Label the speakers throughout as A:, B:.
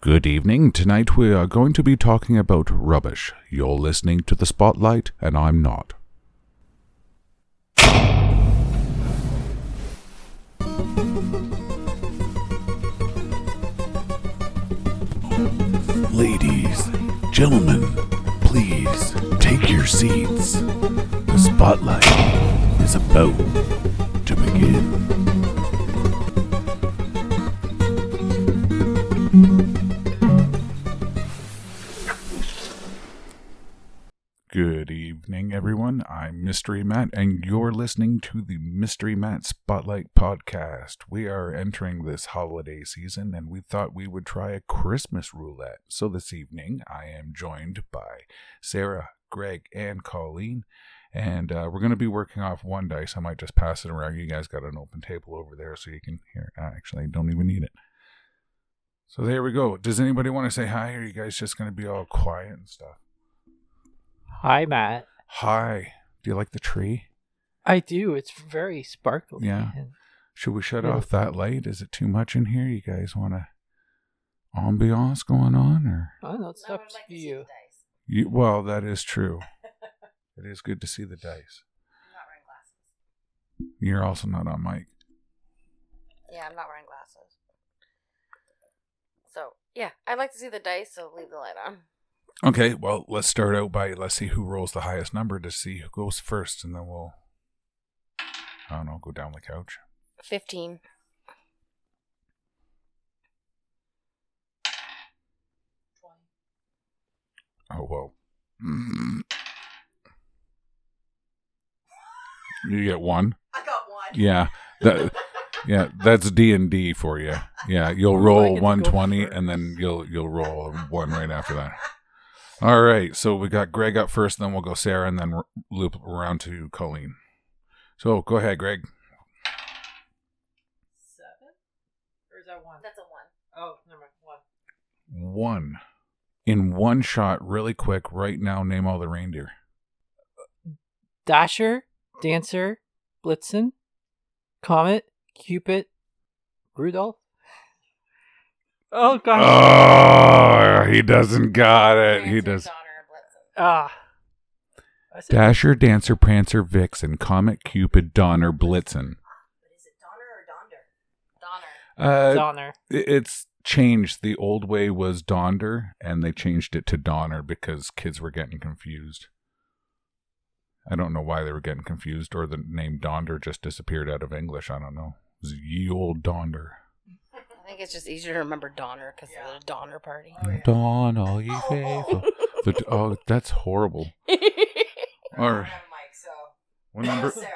A: Good evening. Tonight we are going to be talking about rubbish. You're listening to the spotlight, and I'm not.
B: Ladies, gentlemen, please take your seats. The spotlight is about to begin.
A: Good evening, everyone. I'm Mystery Matt, and you're listening to the Mystery Matt Spotlight Podcast. We are entering this holiday season, and we thought we would try a Christmas roulette. So this evening, I am joined by Sarah, Greg, and Colleen, and uh, we're going to be working off one dice. I might just pass it around. You guys got an open table over there, so you can hear. uh, Actually, I don't even need it. So there we go. Does anybody want to say hi, or are you guys just going to be all quiet and stuff?
C: Hi, Matt.
A: Hi. Do you like the tree?
C: I do. It's very sparkly.
A: Yeah.
C: and-
A: Should we shut
C: Yeah.
A: off that light? Is it too much in here? You guys want a ambiance going on, or
C: I don't know. It's up to you.
A: you, well, that is true. it is good to see the dice.
D: I'm not wearing glasses.
A: You're also not on mic.
D: Yeah, I'm not wearing glasses. So yeah, I'd like to see the dice, so leave the light on.
A: Okay, well, let's start out by let's see who rolls the highest number to see who goes first, and then we'll I don't know, go down the couch.
D: Fifteen.
A: Oh well. you get one.
E: I got one.
A: Yeah. That, yeah, that's D and D for you. Yeah, you'll roll
C: get to go
A: 120
C: first.
A: and then you'll you'll roll one right after that. All right, so we got Greg up first, then we'll go Sarah, and then r- loop around to Colleen. So go ahead, Greg.
C: Seven? Or is that one?
D: That's a one.
C: Oh, never mind. One.
A: One in one shot, really quick, right now. Name all the reindeer.
C: Dasher, Dancer, Blitzen, Comet, Cupid, Rudolph.
A: Uh,
C: Oh, gosh.
A: Oh, he doesn't got it. Uh, He
D: Dancer,
A: does.
D: Donner, Blitzen.
C: ah. I said-
A: Dasher, Dancer, Prancer, Vixen, Comet, Cupid, Donner, Blitzen.
E: But is it Donner or Donder?
D: Donner.
A: Uh,
C: Donner.
A: it- it's changed. The old way was Donder, and they changed it to Donner because kids were getting confused. I don't know why they were getting confused, or the name Donder just disappeared out of English. I don't know. It was ye old Donder.
D: I think it's just easier to remember Donner because of the Donner party.
A: Don, all ye
D: Oh.
A: faithful. The- oh, that's horrible. All right.
E: Never mind, so.
A: What number?
E: Sarah.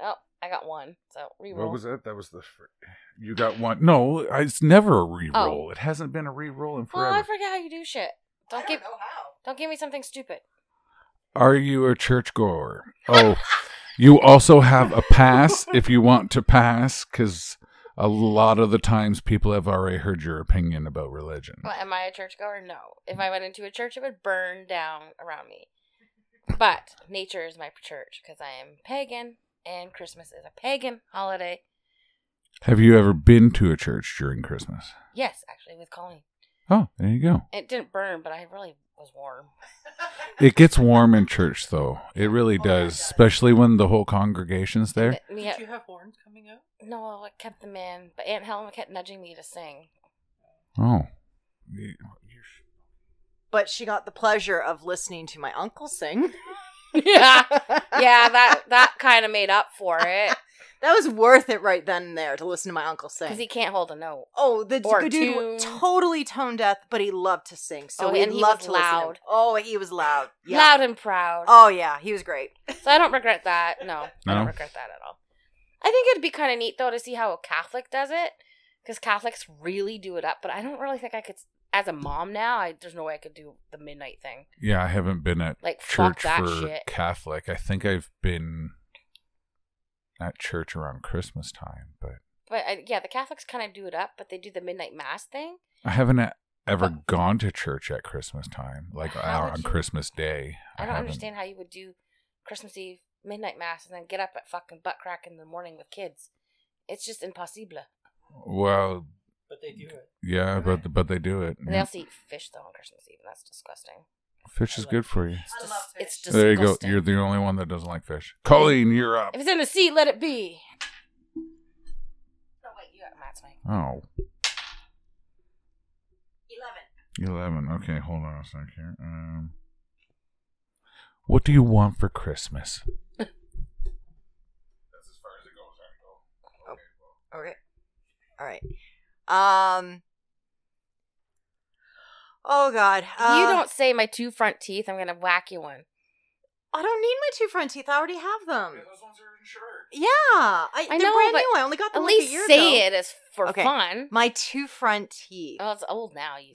D: oh, I got one. So re-roll.
A: What was that? That was the. Fr- you got one. No, it's never a re-roll.
D: Oh.
A: It hasn't been a re-roll in
D: Oh, I
A: forever.
D: forget how you do shit. Don't
E: I
D: give
E: don't know how.
D: don't give me something stupid.
A: Are you a churchgoer? Oh, you also have a pass if you want to pass, because a lot of the times people have already heard your opinion about religion.
D: Well, am I a churchgoer? No. If I went into a church, it would burn down around me. But nature is my church because I am pagan, and Christmas is a pagan holiday.
A: Have you ever been to a church during Christmas?
D: Yes, actually, with Colleen.
A: Oh, there you go.
D: It didn't burn, but I really was warm.
A: It gets warm in church, though. It really does, especially when the whole congregation's there.
D: But me-
C: Did you have horns coming out?
D: no, I kept them in, but Aunt Helen kept nudging me to sing.
A: Oh.
E: But she got the pleasure of listening to my uncle sing.
D: yeah, yeah, that that kind of made up for it
E: That was worth it right then and there to listen to my uncle sing.
D: because he can't hold a note.
E: oh, the,
D: Or
E: the dude was
D: tune.
E: totally tone deaf, but he loved to sing. So
D: Oh,
E: we
D: and he
E: loved
D: was
E: to listen to him.
D: loud.
E: Oh, he was loud. Yeah.
D: Loud and proud.
E: Oh yeah, he was great.
D: So I don't regret that. No, I
A: No?
D: don't regret that at all. I think it'd be kind of neat though to see how a Catholic does it, because Catholics really do it up. But I don't really think I could, as a mom now, I, there's no way I could do the midnight thing.
A: Yeah, I haven't been at
D: Like, fuck
A: church
D: that
A: for
D: shit.
A: Catholic. I think I've been at church around Christmas time, but
D: But I, yeah, the Catholics kind of do it up, but they do the midnight mass thing.
A: I haven't a- ever
D: But-
A: gone to church at Christmas time, like
D: Uh, How
A: our,
D: would
A: on
D: you-
A: Christmas Day.
D: I don't
A: haven't.
D: understand how you would do Christmas Eve midnight mass and then get up at fucking butt crack in the morning with kids. It's just impossible.
A: Well,
C: But they they do it.
A: Yeah, but but they do it.
D: They
A: Yeah.
D: also eat fish though on Christmas Eve, and that's disgusting.
A: Fish is good for you.
D: It's,
E: I
D: dis-
E: love fish.
D: it's disgusting.
A: There you go. You're the only one that doesn't like fish. Colleen, you're up.
D: If it's in the sea, let it be. No, Oh, wait, you got Matt's mic.
A: Oh,
E: Eleven.
A: 11. Okay, hold on a sec here. Um, what do you want for Christmas?
E: Okay. All right. Um. Oh God.
D: If you
E: Uh,
D: don't say my two front teeth, I'm gonna whack you one.
E: I don't need my two front teeth. I already have them.
A: insured.
E: Yeah. I, they're
D: know,
E: brand
D: but
E: new. I only got
D: At
E: them like
D: least
E: a year
D: say
E: ago.
D: it is for
E: Okay.
D: fun.
E: My two front teeth.
D: Oh, it's old now. You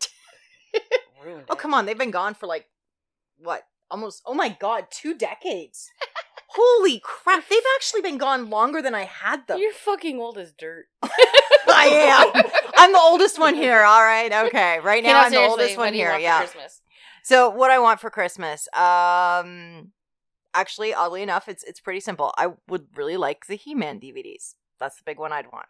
D: ruined
E: Oh come on, they've been gone for like what? Almost oh my god, two decades. Holy crap, they've actually been gone longer than I had them.
D: You're fucking old as dirt.
E: I am. I'm the oldest one here. All right, okay. Right
D: Okay,
E: now
D: no,
E: I'm the
D: seriously,
E: oldest
D: what
E: one
D: do you
E: here.
D: want for
E: Yeah.
D: Christmas?
E: So what I want for Christmas? Um actually, oddly enough, it's it's pretty simple. I would really like the He-Man DVDs. That's the big one I'd want.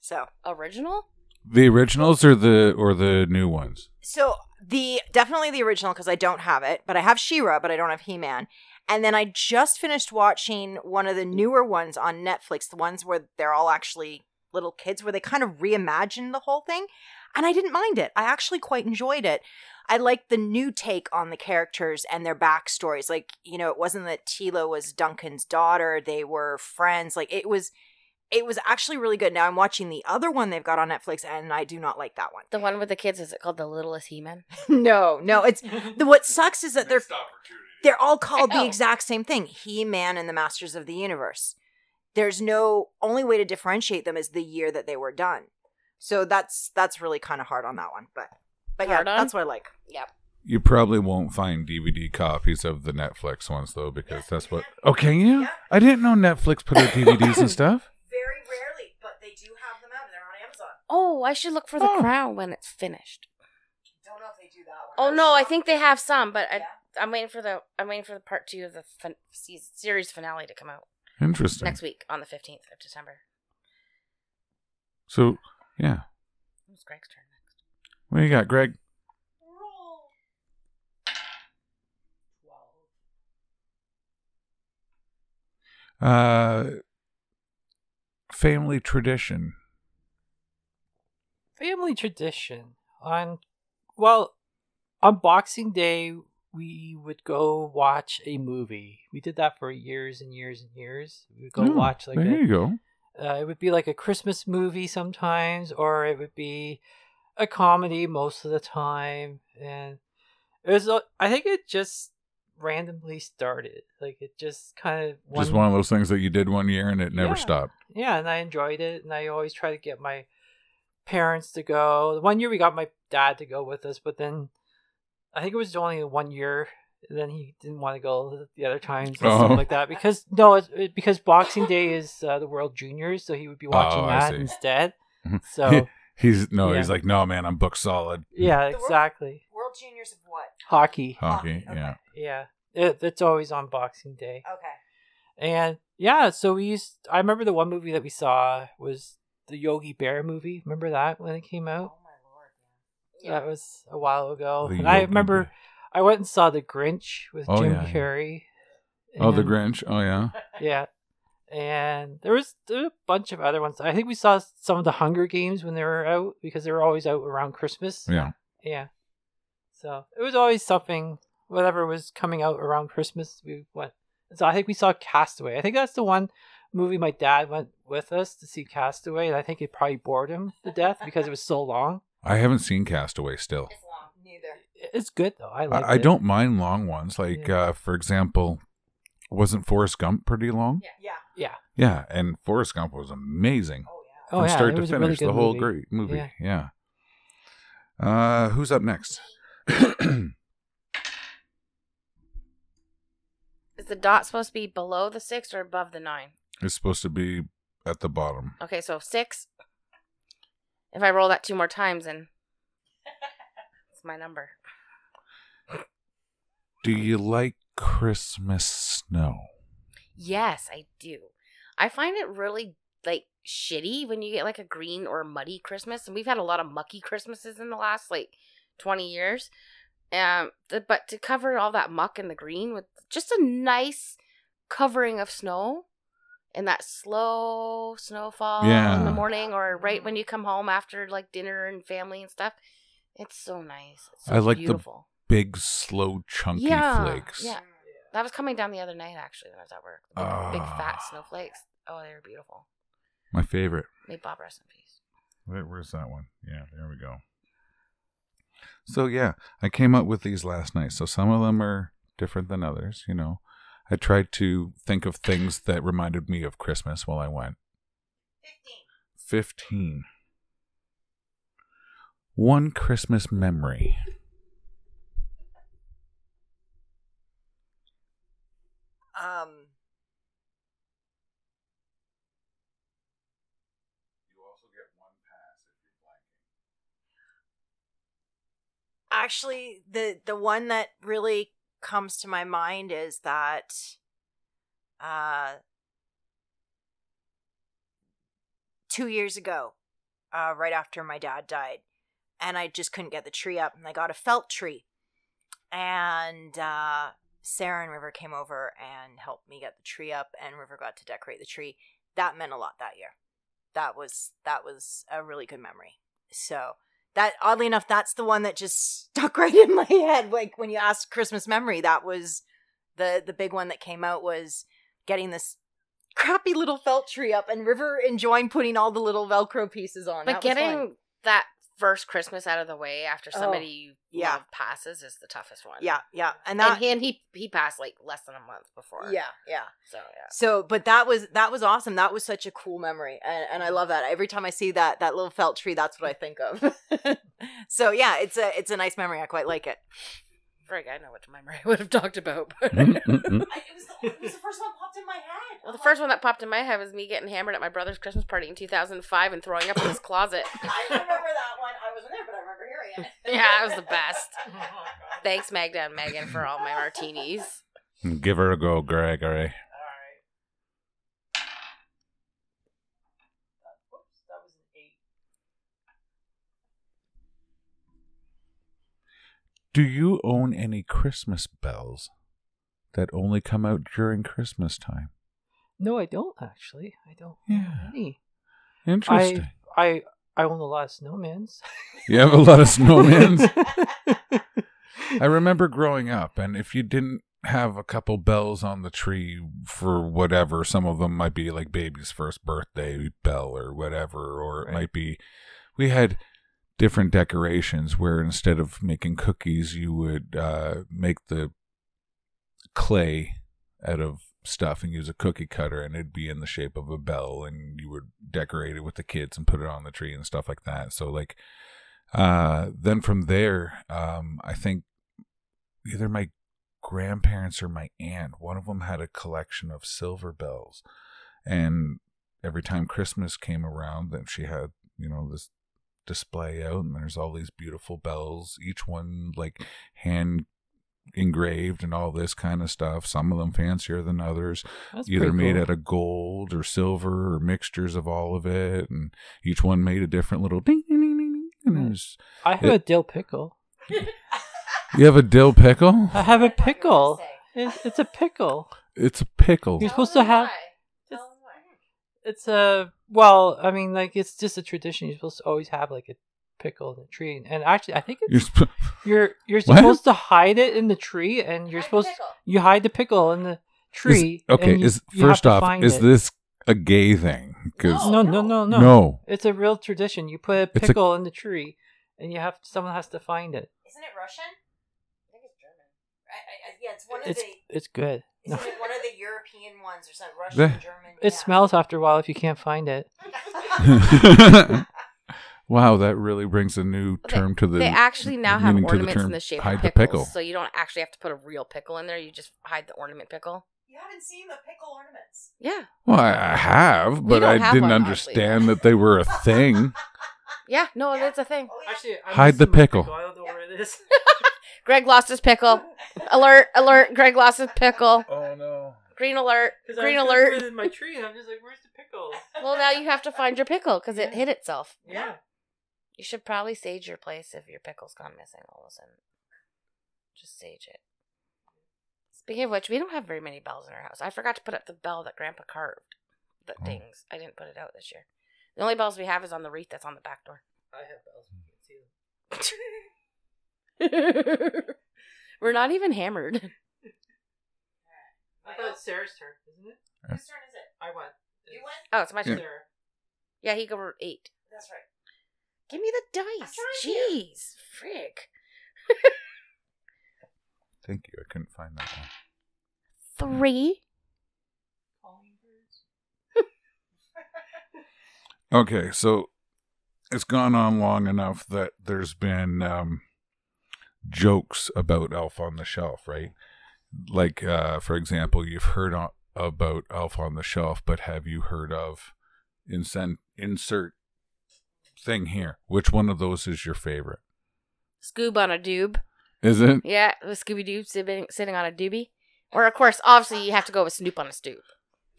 E: So
D: Original?
A: The originals or the or the new ones?
E: So the definitely the original because I don't have it, but I have Shira, but I don't have He Man. And then I just finished watching one of the newer ones on Netflix, the ones where they're all actually little kids, where they kind of reimagined the whole thing. And I didn't mind it. I actually quite enjoyed it. I liked the new take on the characters and their backstories. Like, you know, it wasn't that Tila was Duncan's daughter, they were friends. Like, it was. It was actually really good. Now I'm watching the other one they've got on Netflix, and I do not like that one.
D: The one with the kids, is it called The Littlest He Man?
E: no, no, it's the, what sucks is that they're they're all called the
D: Oh.
E: exact same thing: He Man and the Masters of the Universe. There's no only way to differentiate them is the year that they were done. So that's that's really kind of hard on that one, but but yeah,
D: Hard on?
E: that's what I like.
D: Yep.
A: You probably won't find DVD copies of the Netflix ones though, because that's what. Oh, can you? I didn't know Netflix put out DVDs and stuff.
E: Very rarely, but they do have them out, and they're on Amazon.
D: Oh, I should look for The
A: Oh.
D: Crown when it's finished.
E: Don't know if they do that
D: Oh
E: one.
D: no, I think they have some, but I,
E: Yeah.
D: I'm waiting for the I'm waiting for the part two of the fin- season, series finale to come out
A: Interesting.
D: next week on the 15th of December.
A: So, yeah.
D: It's Greg's turn next.
A: What do you got, Greg? Uh, family tradition.
C: Family tradition. On, well, on Boxing Day, we would go watch a movie. We did that for years and years and years. We would go
A: Oh,
C: watch like
A: There
C: a,
A: you go.
C: uh, it would be like a Christmas movie sometimes, or it would be a comedy most of the time. And it was, uh, I think it just randomly started. Like it just kind of
A: Just one of those things that you did one year and it never
C: Yeah.
A: stopped.
C: yeah, and I enjoyed it. And I always try to get my parents to go. The One year we got my dad to go with us, but then I think it was only one year. Then he didn't want to go the other times and
A: Oh.
C: stuff like that because no, it's, it, because Boxing Day is uh, the World Juniors, so he would be watching
A: Oh, I
C: that
A: see. Mm-hmm.
C: instead. So
A: He's no,
C: Yeah.
A: he's like, no, man, I'm book solid.
C: yeah,
E: World-
C: exactly.
E: World Juniors of what? Oh,
C: Hockey,
A: Hockey,
E: Hockey,
A: yeah.
C: yeah, it, it's always on Boxing Day.
E: Okay.
C: And yeah, so we used. I remember the one movie that we saw was the Yogi Bear movie. Remember that when it came out? That was a while ago.
A: The
C: and Oh, I
A: Yogi
C: remember
A: Bear.
C: I went and saw The Grinch with
A: Oh,
C: Jim
A: yeah, yeah.
C: Carrey.
A: Oh, the
C: And-
A: Grinch. Oh, yeah.
C: Yeah. And there was, there were a bunch of other ones. I think we saw some of the Hunger Games when they were out because they were always out around Christmas.
A: Yeah.
C: Yeah. So it was always something, whatever was coming out around Christmas, we went. So I think we saw Castaway. I think that's the one movie my dad went with us to see Castaway, and I think it probably bored him to death because it was so long.
A: I haven't seen Castaway still.
D: It's long.
E: Neither.
C: It's good though. I like
A: I, I don't mind long ones. Like,
C: Yeah.
A: uh, for example, wasn't Forrest Gump pretty long?
E: Yeah.
C: Yeah.
A: Yeah, and Forrest Gump was amazing
E: Oh yeah.
C: Oh
A: from
C: yeah.
A: start
C: it
A: to
C: was a
A: finish.
C: really good
A: the whole
C: movie.
A: great movie.
C: Yeah.
A: Yeah. Uh, who's up next?
D: Is the dot supposed to be below the six or above the nine?
A: it's supposed to be at the bottom.
D: Okay, so six. If I roll that two more times, then it's my number.
A: Do you like Christmas snow?
D: Yes, I do. I find it really like shitty when you get like a green or muddy Christmas. And we've had a lot of mucky Christmases in the last like 20 years. Um, th- but to cover all that muck and the green with just a nice covering of snow and that slow snowfall in
A: Yeah.
D: the morning or right when you come home after like dinner and family and stuff. It's so nice. It's so
A: I like the
D: beautiful.
A: Big, slow, chunky
D: yeah,
A: flakes.
D: Yeah. That was coming down the other night actually when I was at work. Big, big fat
A: Ah.
D: snowflakes. Oh, they were beautiful.
A: My favorite.
D: May Bob rest in peace.
A: Where, where's that one? Yeah, there we go. So yeah, I came up with these last night. So some of them are different than others, you know. I tried to think of things that reminded me of Christmas while I went. 15. 15. One Christmas memory.
E: Um, actually, the the one that really comes to my mind is that, uh, two years ago, uh, right after my dad died, and I just couldn't get the tree up, and I got a felt tree, and uh, Sarah and River came over and helped me get the tree up, and River got to decorate the tree. That meant a lot that year. That was that was a really good memory. So that oddly enough, that's the one that just stuck right in my head. Like when you asked Christmas memory, that was the the big one that came out was getting this crappy little felt tree up, and River enjoying putting all the little Velcro pieces on.
D: But
E: That was fun.
D: getting that first Christmas out of the way after
E: Oh,
D: somebody you
E: yeah.
D: love passes is the toughest one.
E: yeah, yeah, and that
D: and he and he, he passed like less than a month before.
E: yeah, yeah.
D: So yeah.
E: So, but that was that was awesome. That was such a cool memory, and, and I love that. Every time I see that that little felt tree, that's what I think of. so yeah, it's a it's a nice memory. I quite like it.
D: Frig, I know which memory I would have talked about. But
C: Mm-hmm.
A: Mm-mm-mm.
E: I, it, was the, it was the first one popped in my head.
D: Well, the first one that popped in my head was me getting hammered at my brother's Christmas party in 2005 and throwing up in his closet.
E: I remember that one. I wasn't there, but I remember hearing it.
D: Yeah, it was the best. Thanks, Magda and Megan, for all my martinis.
A: Give her a go, Gregory.
C: Alright. Uh, Whoops, that was an eight.
A: Do you own any Christmas bells that only come out during Christmas time?
C: No, I don't actually. I don't
A: Yeah.
C: have any.
A: Interesting.
C: I I own a lot of snowmans.
A: You have a lot of snowmen. I remember growing up, and if you didn't have a couple bells on the tree for whatever, some of them might be like baby's first birthday bell or whatever, or it
C: Right.
A: might be. We had different decorations where instead of making cookies, you would uh, make the clay out of stuff and use a cookie cutter, and it'd be in the shape of a bell, and you would decorate it with the kids and put it on the tree and stuff like that. So, like, uh, then from there, um, I think either my grandparents or my aunt, one of them had a collection of silver bells. And every time Christmas came around, then she had, you know, this display out and there's all these beautiful bells, each one like hand engraved and all this kind of stuff. Some of them fancier than others
C: That's
A: either
C: pretty
A: made
C: cool.
A: out of gold or silver or mixtures of all of it, and each one made a different little ding ding ding ding. ding. And it was,
C: I have
A: it-
C: a dill pickle.
A: you have a dill pickle?
C: I have a pickle. It's, it's a pickle.
A: It's a pickle.
C: You're supposed to have- It's a well. I mean, like it's just a tradition. You're supposed to always have like a pickle in the tree. And actually, I think it's,
A: You're sp-
C: you're you're
A: What?
C: supposed to hide it in the tree, and you're supposed you hide the pickle in the tree.
A: Is, okay.
C: and you-
A: is
C: you have
A: first
C: to
A: off,
C: find
A: is
C: it.
A: this a gay thing? Because
C: Oh, no, no, no, no,
A: no.
C: It's a real tradition. You put a
A: It's a-
C: pickle in the tree, and you have someone has to find it.
E: Isn't it Russian? I think it's German. I, I, yeah, it's one of
C: It's
E: the.
C: it's good. No.
E: Isn't it one of the European ones or something? Russian,
A: The-
E: German.
C: It smells after a while if you can't find it.
A: wow, that really brings a new term to the.
D: They actually now have
A: meaning to
D: ornaments
A: term
D: in the shape
A: hide
D: of
A: the
D: pickles,
A: pickle.
D: so you don't actually have to put a real pickle in there. You just hide the ornament pickle.
E: You haven't seen the pickle ornaments.
D: Yeah,
A: Well, I I have,
D: We
A: but
D: don't
A: I
D: have
A: didn't
D: one, honestly.
A: understand that they were a thing.
D: yeah. No, that's a
E: Oh,
D: thing.
C: Actually,
A: I'm Hide the missing my pickle. pickle.
C: I don't know where it is.
D: Greg lost his pickle. alert! Alert! Greg lost his pickle.
A: oh no.
D: Green alert! Green alert!
C: in my tree, and I'm just like, "Where's the pickle?" pickles.
D: Well, now you have to find your pickle because it hid itself.
C: Yeah.
D: You should probably sage your place if your pickle's gone missing all of a sudden. Just sage it. Speaking of which, we don't have very many bells in our house. I forgot to put up the bell that Grandpa carved. The
A: Oh.
D: things. I didn't put it out this year. The only bells we have is on the wreath that's on the back door.
C: I have bells. You can see them.
D: We're not even hammered.
C: I thought it's Sarah's turn, isn't it?
A: Whose
C: turn is it? I went. You went?
D: Oh, it's my
A: Yeah.
D: turn. Yeah, he go eight.
E: That's right.
D: Give me the dice.
E: trying to.
D: Jeez, frick.
A: Thank you. I couldn't find that one.
D: Three.
A: Okay, so it's gone on long enough that there's been um, jokes about Elf on the Shelf, right? Like, uh, for example, you've heard o- about Elf on the Shelf, but have you heard of incen- insert thing here? Which one of those is your favorite?
D: Scoob on a doob.
A: Is it?
D: Yeah, with Scooby Doo sitting, sitting on a doobie. Or, of course, obviously, you have to go with Snoop on a stoop.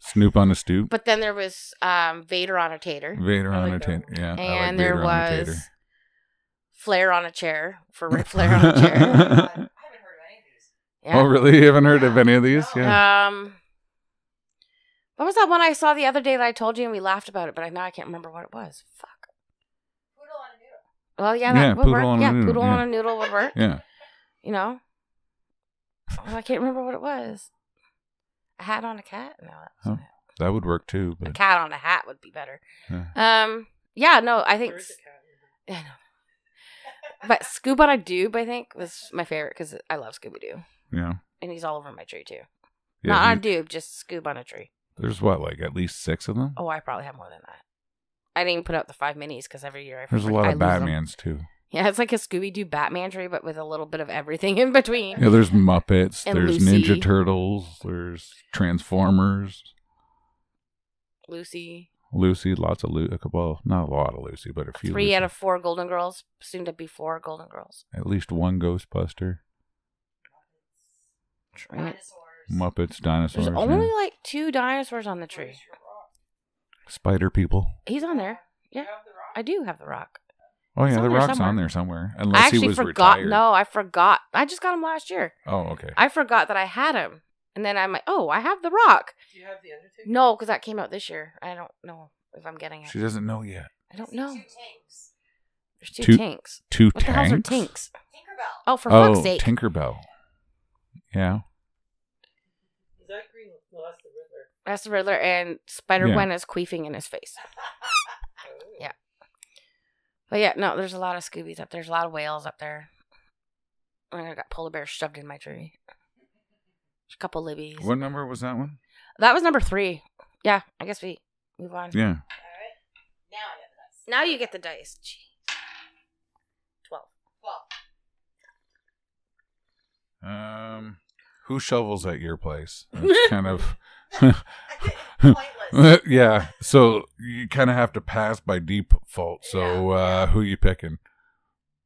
A: Snoop on a stoop,
D: But then there was um, Vader on a tater.
A: Vader
C: I
A: on
C: like
A: a
C: that
A: tater.
C: one.
A: Yeah, Mm, I like
D: and
A: Vader
D: there
A: on a tater.
D: was Flair on a chair for Ric Flair on a chair. Yeah.
A: Oh, really? You haven't heard of any of these? Yeah.
D: Um, what was that one I saw the other day that I told you and we laughed about it, but I, now I can't remember what it was. Fuck. Poodle on a noodle. Well, yeah, that
A: Yeah,
D: would
A: poodle
D: work.
A: on a
D: yeah,
A: noodle,
D: poodle
A: yeah.
D: on a noodle would work.
A: yeah.
D: You know. Oh, I can't remember what it was. A hat on a cat? No, that wasn't
A: Huh.
D: it.
A: That would work too,
D: A
A: but
D: cat on a hat would be better.
A: Yeah.
D: Um, yeah, no, I think
C: There is a cat. in there.
D: I know. But Scoob on a Doob, I think, was my favorite because I love Scooby Doo.
A: yeah.
D: And he's all over my tree, too.
A: yeah
D: Not
A: you-
D: on a Doob, just Scoob on a tree.
A: There's what, like at least six of them?
D: Oh, I probably have more than that. I didn't even put out the five minis because every year I
A: There's a
D: freaking-
A: lot
D: I
A: of
D: lose them.
A: Batmans too.
D: Yeah, it's like a Scooby Doo Batman tree, but with a little bit of everything in between.
A: Yeah, there's Muppets,
D: And
A: there's
D: Lucy.
A: Ninja Turtles, there's Transformers,
D: Lucy,
A: Lucy, lots of Lucy. Well, not a lot of Lucy, but a few.
D: three
A: Lucy.
D: out of four Golden Girls, soon to be four Golden Girls.
A: at least one Ghostbuster, Muppets, dinosaurs,
D: There's
A: yeah.
D: only like two dinosaurs on the tree.
A: Spider People.
D: He's on there. Yeah, I do have the rock.
A: Oh
D: It's
A: yeah,
D: on
A: the
D: there
A: Rock's on
D: somewhere.
A: there somewhere, unless
D: I actually
A: he was
D: forgot.
A: retired.
D: No, I forgot. I just got him last year.
A: Oh okay.
D: I forgot that I had him, and then I'm like, oh, I have the rock.
C: Do you have the Undertaker?
D: No, because that came out this year. I don't know if I'm getting it.
A: she doesn't know yet.
D: I don't know. There's two,
A: Two-
D: tinks.
A: Two
D: What the
A: tanks.
D: hell's are tinks?
E: Tinkerbell.
D: Oh, for
A: oh,
D: fuck's sake.
A: Tinkerbell. Yeah.
C: Is that green? No, that's the Riddler.
D: That's the Riddler, and Spider Gwen is queefing in his face.
C: Oh.
D: Yeah. But yeah, no, there's a lot of Scoobies up there. There's a lot of whales up there. And I got polar bears shoved in my tree. There's a couple Libbies.
A: What number was that one?
D: That was number three. Yeah, I guess we move on.
A: Yeah.
D: Now you get the dice. Gee. 12.
A: Um, who shovels at your place? That's kind of. yeah, so you kind of have to pass by default. So uh, who you picking?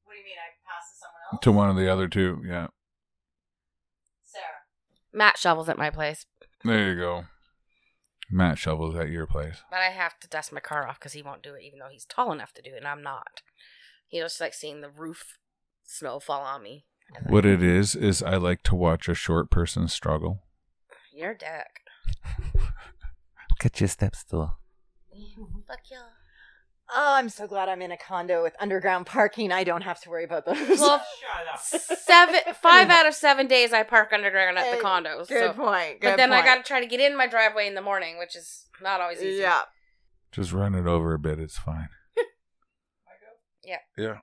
E: What do you mean? I pass to someone else?
A: To one of the other two. Yeah,
E: Sarah.
D: Matt shovels at my place,
A: there you go. Matt shovels at your place.
D: but I have to dust my car off because he won't do it, even though he's tall enough to do it, and I'm not. He just like seeing the roof snow fall on me. And, like,
A: What it is is I like to watch a short person struggle.
D: You're a dick.
F: Get your step stool.
D: Fuck you.
E: Oh, I'm so glad I'm in a condo with underground parking. I don't have to worry about those.
D: Well,
C: Shut up.
D: seven, five out of seven days I park underground at
E: Hey,
D: the condos. so-
E: good point.
D: but
E: good
D: then I
E: point.
D: got to try to get in my driveway in the morning, which is not always easy.
E: Yeah.
A: Just run it over a bit. It's fine.
D: Yeah.
A: Yeah.
C: 19?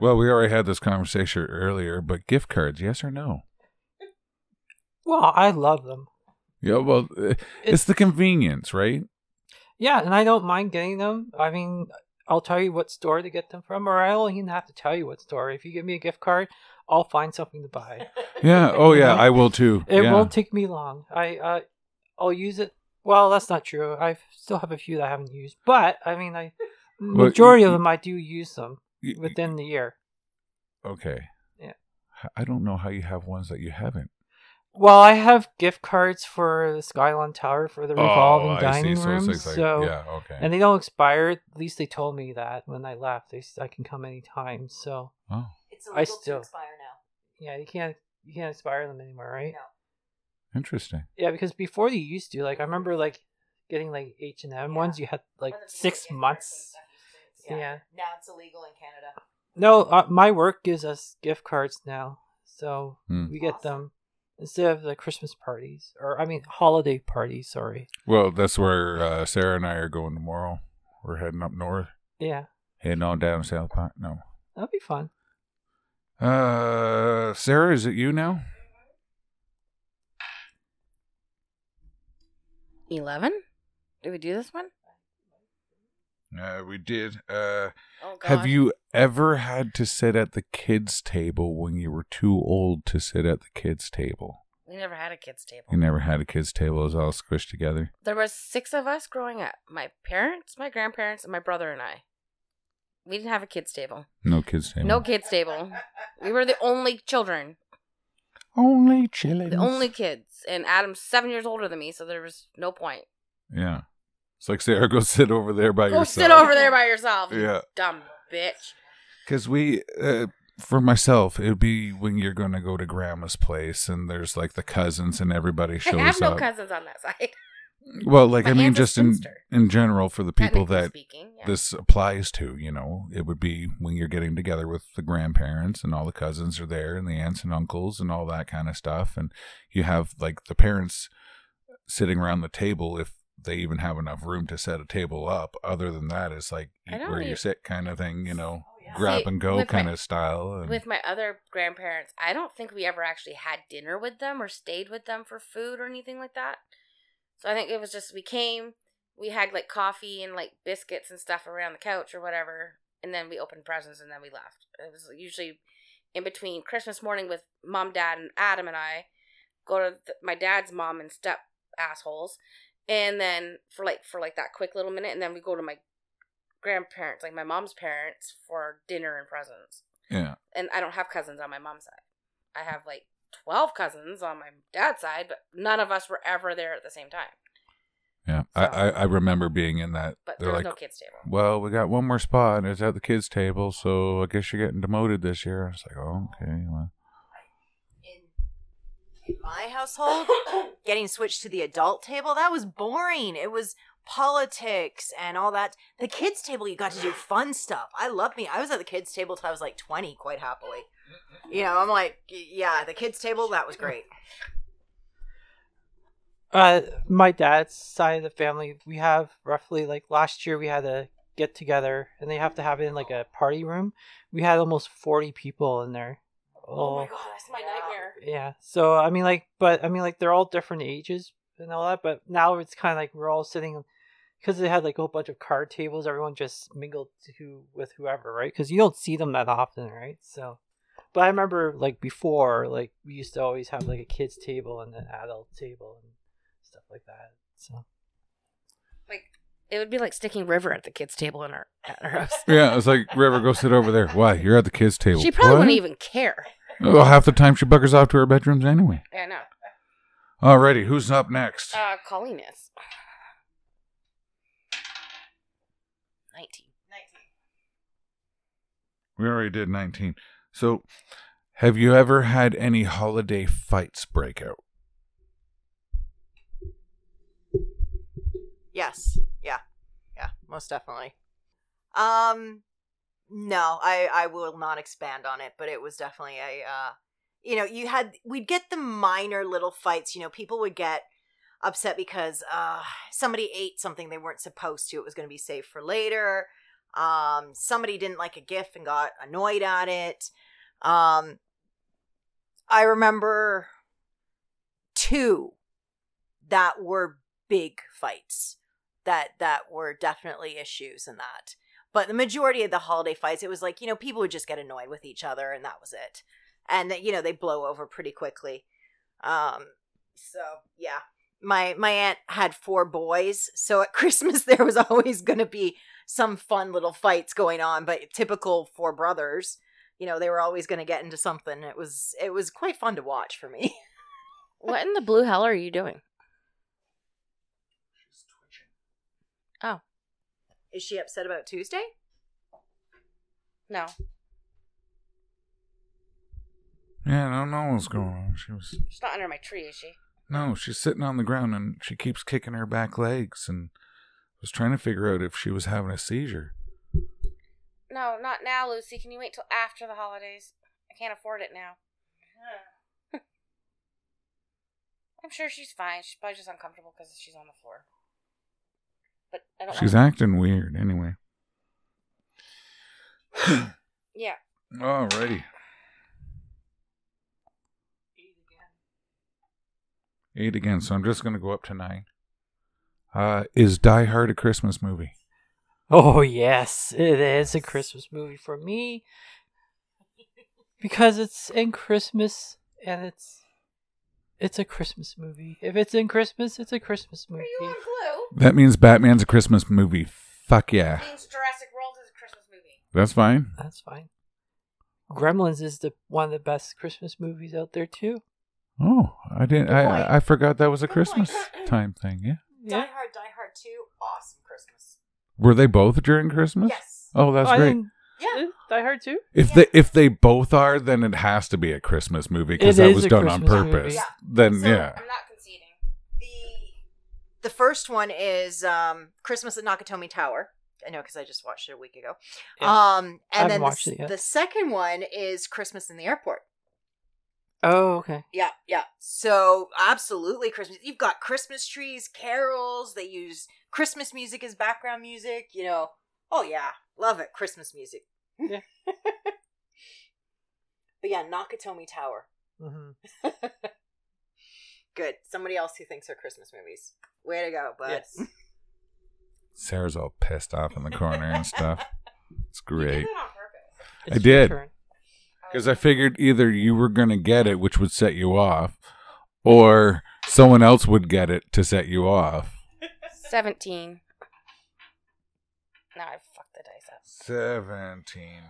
A: Well, we already had this conversation earlier, but gift cards, yes or no?
C: Well, I love them.
A: Yeah. Well, uh, it's the convenience, right?
C: Yeah, and I don't mind getting them. I mean, I'll tell you what store to get them from, or I don't even have to tell you what store. If you give me a gift card, I'll find something to buy.
A: Yeah. Oh, yeah. I will too.
C: It
A: yeah.
C: won't take me long. I uh, I'll use it. Well, that's not true. I still have a few that I haven't used, but I mean, I
A: you-
C: majority of
A: you-
C: them I do use them
A: Y- y-
C: within the year.
A: Okay.
C: Yeah.
A: I don't know how you have ones that you haven't.
C: Well, I have gift cards for the Skyline Tower for the revolving dining
A: Oh, So
C: room.
A: it's
C: So,
A: like, like- yeah, okay.
C: and they don't expire. At least they told me that when I left. They s- I can come anytime. So
A: oh,
E: It's
C: I illegal to still-
E: expire now.
C: yeah, you can't you can't expire them anymore, right?
A: interesting.
C: Yeah, because before you used to, like I remember like getting like H and M ones. You had like six months. Yeah.
E: Now it's illegal in Canada.
C: No, uh, my work gives us gift cards now, so
A: Hmm.
C: we get
E: Awesome.
C: them instead of the Christmas parties or I mean holiday parties. Sorry.
A: Well, that's where uh, Sarah and I are going tomorrow. We're heading up north,
C: Yeah,
A: heading on down South Pine. No.
C: that'd be fun.
A: Uh, Sarah, is it you now?
D: 11? Did we do this one?
A: Uh, we did. Uh,
D: Oh, God.
A: Have you ever had to sit at the kids' table when you were too old to sit at the kids' table?
D: We never had a kids' table.
A: You never had a kids' table; it was all squished together.
D: There was six of us growing up. My parents, my grandparents, and my brother and I. We didn't have a kids' table.
A: No kids' table.
D: No kids' table. We were the only children.
A: only chilling.
D: The only kids. And Adam's seven years older than me, so there was no point.
A: Yeah, it's like Sarah, go sit over there by
D: Go
A: yourself.
D: sit over there by yourself. you
A: Yeah.
D: Dumb bitch.
A: Because we, uh, for myself, it'd be when you're going to go to grandma's place and there's like the cousins and everybody
D: I
A: shows
D: have no
A: up.
D: cousins on that side.
A: well, like
D: My
A: I mean,
D: aunt's a
A: just in
D: spinster.
A: in general for the people
D: Technically
A: that
D: speaking, yeah.
A: this applies to, you know, it would be when you're getting together with the grandparents and all the cousins are there and the aunts and uncles and all that kind of stuff. And you have like the parents sitting around the table if they even have enough room to set a table up. Other than that, it's like
D: I don't e
A: where you
D: even-
A: sit kind of thing, you know,
E: Oh,
A: grab
D: See,
A: and go
D: with
A: kind
D: my-
A: of style. And,
D: with my other grandparents, I don't think we ever actually had dinner with them or stayed with them for food or anything like that. So I think it was just we came, we had like coffee and like biscuits and stuff around the couch or whatever, and then we opened presents and then we left. It was usually in between Christmas morning with mom, dad, and Adam and I go to th- my dad's mom and step assholes, and then for like for like that quick little minute, and then we go to my grandparents, like my mom's parents, for dinner and presents
A: yeah.
D: and I don't have cousins on my mom's side. I have like 12 cousins on my dad's side, but none of us were ever there at the same time.
A: Yeah. I, I, I remember being in that.
D: But there
A: They're
D: was
A: like,
D: no kids' table.
A: well, we got one more spot and it's at the kids' table. So I guess you're getting demoted this year. I was like, oh, okay. Well.
E: in my household, getting switched to the adult table, that was boring. It was politics and all that. The kids' table, you got to do fun stuff. I love me. I was at the kids' table till I was like 20, quite happily. You know, I'm like, y- yeah, the kids' table, that was great.
C: Uh, my dad's side of the family, we have roughly like last year we had a get together, and they have to have it in like a party room. We had almost forty people in there. Oh,
D: god, that's my nightmare.
C: yeah. So I mean, like, but I mean, like, they're all different ages and all that. But now it's kind of like we're all sitting because they had like a whole bunch of card tables. Everyone just mingled to with whoever, right? Because you don't see them that often, right? So, but I remember like before, like we used to always have like a kids table and an adult table and stuff like that. So
D: Like, it would be like sticking River at the kids' table in our, at our house.
A: Yeah, it's like River, go sit over there. Why? You're at the kids' table.
D: She probably
A: What?
D: wouldn't even care.
A: Well, half the time she buggers off to her bedrooms anyway.
D: Yeah, no.
A: Alrighty, who's up next?
D: Uh, Colleen is. 19.
A: we already did 19. So, have you ever had any holiday fights break out?
E: Yes. Yeah. Yeah, most definitely. Um no, I I will not expand on it, but it was definitely a uh you know, you had we'd get the minor little fights, you know, people would get upset because uh somebody ate something they weren't supposed to. It was going to be saved for later. Um somebody didn't like a gift and got annoyed at it. Um I remember two that were big fights that that were definitely issues in that but the majority of the holiday fights it was like you know people would just get annoyed with each other and that was it and you know they blow over pretty quickly um so yeah my my aunt had four boys so at christmas there was always going to be some fun little fights going on but typical four brothers you know, they were always going to get into something. It was it was quite fun to watch for me.
D: What in the blue hell are you doing?
E: Is she upset about Tuesday?
D: No.
A: Yeah, I don't know what's going on. She was
D: She's not under my tree, is she?
A: no, she's sitting on the ground and she keeps kicking her back legs and I was trying to figure out if she was having a seizure.
D: No, not now, Lucy. Can you wait till after the holidays? I can't afford it now. I'm sure she's fine. She's probably just uncomfortable because she's on the floor. But I don't.
A: She's
D: want-
A: acting weird anyway.
D: Yeah.
A: Alrighty. Eight again, so I'm just gonna go up to nine. Uh is Die Hard a Christmas movie?
C: Oh yes, it is a Christmas movie for me because it's in Christmas and it's it's a Christmas movie. If it's in Christmas, it's a Christmas movie.
D: glue?
A: That means Batman's a Christmas movie. Fuck yeah.
D: Means Jurassic World is a Christmas movie.
A: That's fine.
C: That's fine. Gremlins is the one of the best Christmas movies out there too.
A: Oh, I didn't. I, I I forgot that was a
E: Good
A: Christmas
E: point.
A: time thing. Yeah.
C: Yeah.
E: Hard, Die Hard Two, awesome Christmas.
A: Were they both during Christmas?
E: Yes.
A: Oh, that's
C: Oh, I
A: great.
C: didn't- is Die Hard too.
A: If they if they both are, then it has to be a Christmas movie because
C: It
A: that
C: is
A: was
C: a
A: done on
C: Christmas movie.
A: purpose.
E: Yeah.
A: Then
E: So-
A: yeah.
D: I'm not conceding.
E: The the first one is um, Christmas at Nakatomi Tower. I know because I just watched it a week ago. Um,
C: haven't
E: and then the,
C: watched
E: s-
C: it yet.
E: the second one is Christmas in the airport.
C: Oh okay.
E: Yeah, yeah. So absolutely Christmas. You've got Christmas trees, carols. They use Christmas music as background music. You know. Oh yeah, love it. Christmas music.
C: Yeah.
E: but yeah, Nakatomi Tower.
A: Mm-hmm.
C: hmm
E: Good. Somebody else who thinks are Christmas movies. Way to go, bud.
C: Yes.
A: Sarah's all pissed off in the corner and stuff. It's great
D: that on purpose.
A: I
C: It's your
A: did.
C: turn.
A: because I figured either you were gonna get it, which would set you off, or someone else would get it to set you off.
D: Seventeen. Now I fucked the dice up.
A: Seventeen.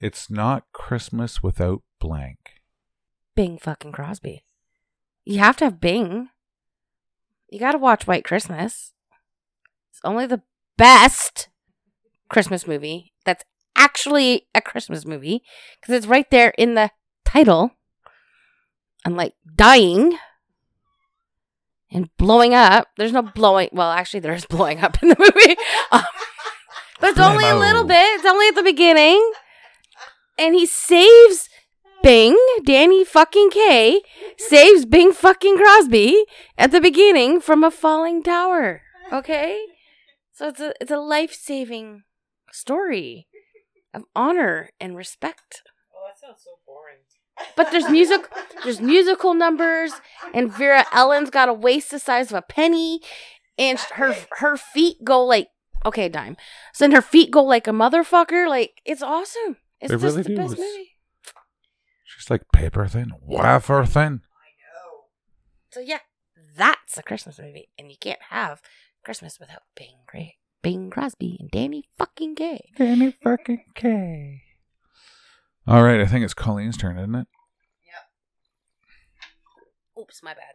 A: It's not Christmas without blank.
D: Bing fucking Crosby. You have to have Bing. You got to watch White Christmas. It's only the best Christmas movie that's actually a Christmas movie because it's right there in the title. Unlike dying and blowing up, there's no blowing. Well, actually, there is blowing up in the movie, Um, but it's only a little
A: Blammo.
D: bit. It's only at the beginning, and he saves Bing, Danny fucking K, saves Bing fucking Crosby at the beginning from a falling tower. Okay? So it's a it's a life saving story of honor and respect.
C: Oh, that sounds so boring.
D: But there's music there's musical numbers and Vera Ellen's got a waist the size of a penny and sh- her her feet go like okay, a dime. So then her feet go like a motherfucker. Like it's awesome. It's
A: They
D: just
A: really
D: the
A: do.
D: best
A: It's-
D: movie.
A: She's like paper thin, wafer thin.
D: So yeah, that's a Christmas movie, and you can't have Christmas without Bing Cray, Bing Crosby, and Danny fucking Gay.
A: Danny fucking K. All right, I think it's Colleen's turn, isn't it?
D: Oops, my bad.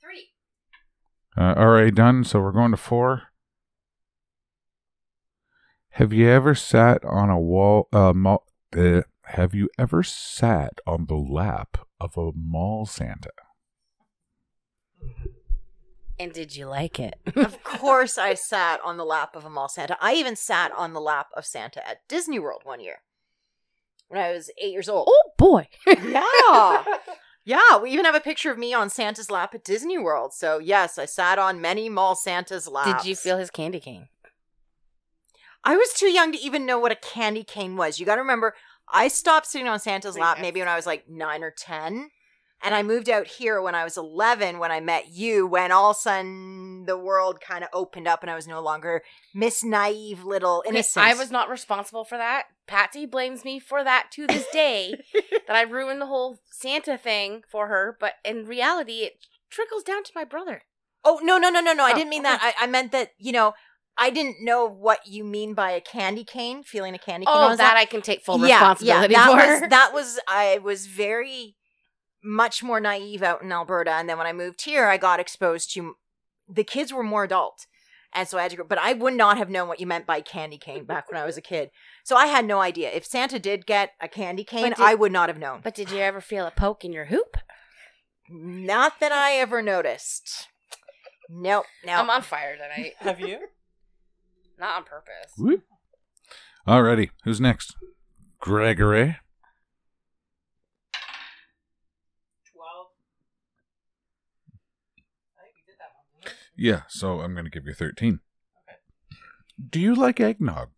D: Three.
A: Uh, already done, so we're going to four. Have you ever sat on a wall? Uh, mall, uh, have you ever sat on the lap of a mall Santa?
D: And did you like it?
E: of course, I sat on the lap of a mall Santa. I even sat on the lap of Santa at Disney World one year when I was eight years old.
D: oh boy. Oh,
E: Yeah. Yeah, we even have a picture of me on Santa's lap at Disney World. So yes, I sat on many mall Santa's laps.
D: Did you feel his candy cane?
E: I was too young to even know what a candy cane was. You got to remember, I stopped sitting on Santa's lap maybe when I was like nine or 10. And I moved out here when I was 11 when I met you, when all of a sudden the world kind of opened up and I was no longer Miss Naive Little
D: Okay,
E: Innocent.
D: I was not responsible for that. Patsy blames me for that to this day that I ruined the whole Santa thing for her, but in reality, it trickles down to my brother.
E: Oh, no, no, no, no, no. I
D: Oh,
E: didn't mean that. I, I meant that, you know, I didn't know what you mean by a candy cane, feeling a candy cane.
D: Oh,
E: I was
D: that
E: like,
D: I can take full
E: yeah,
D: responsibility
E: yeah, that
D: for.
E: Was, that was I was very much more naive out in Alberta, and then when I moved here, I got exposed to the kids were more adult, and so I had to. grow But I would not have known what you meant by candy cane back when I was a kid. So I had no idea if Santa did get a candy cane,
D: did-
E: I would not have known.
D: but did you ever feel a poke in your hoop?
E: Not that I ever noticed. Nope. No.
D: I'm on fire tonight.
C: Have you?
D: Not on purpose.
A: Whoop. Alrighty, who's next? Gregory.
C: 12. I think we did that one. didn't we?
A: Yeah, so I'm going to give you 13. Do you like eggnog?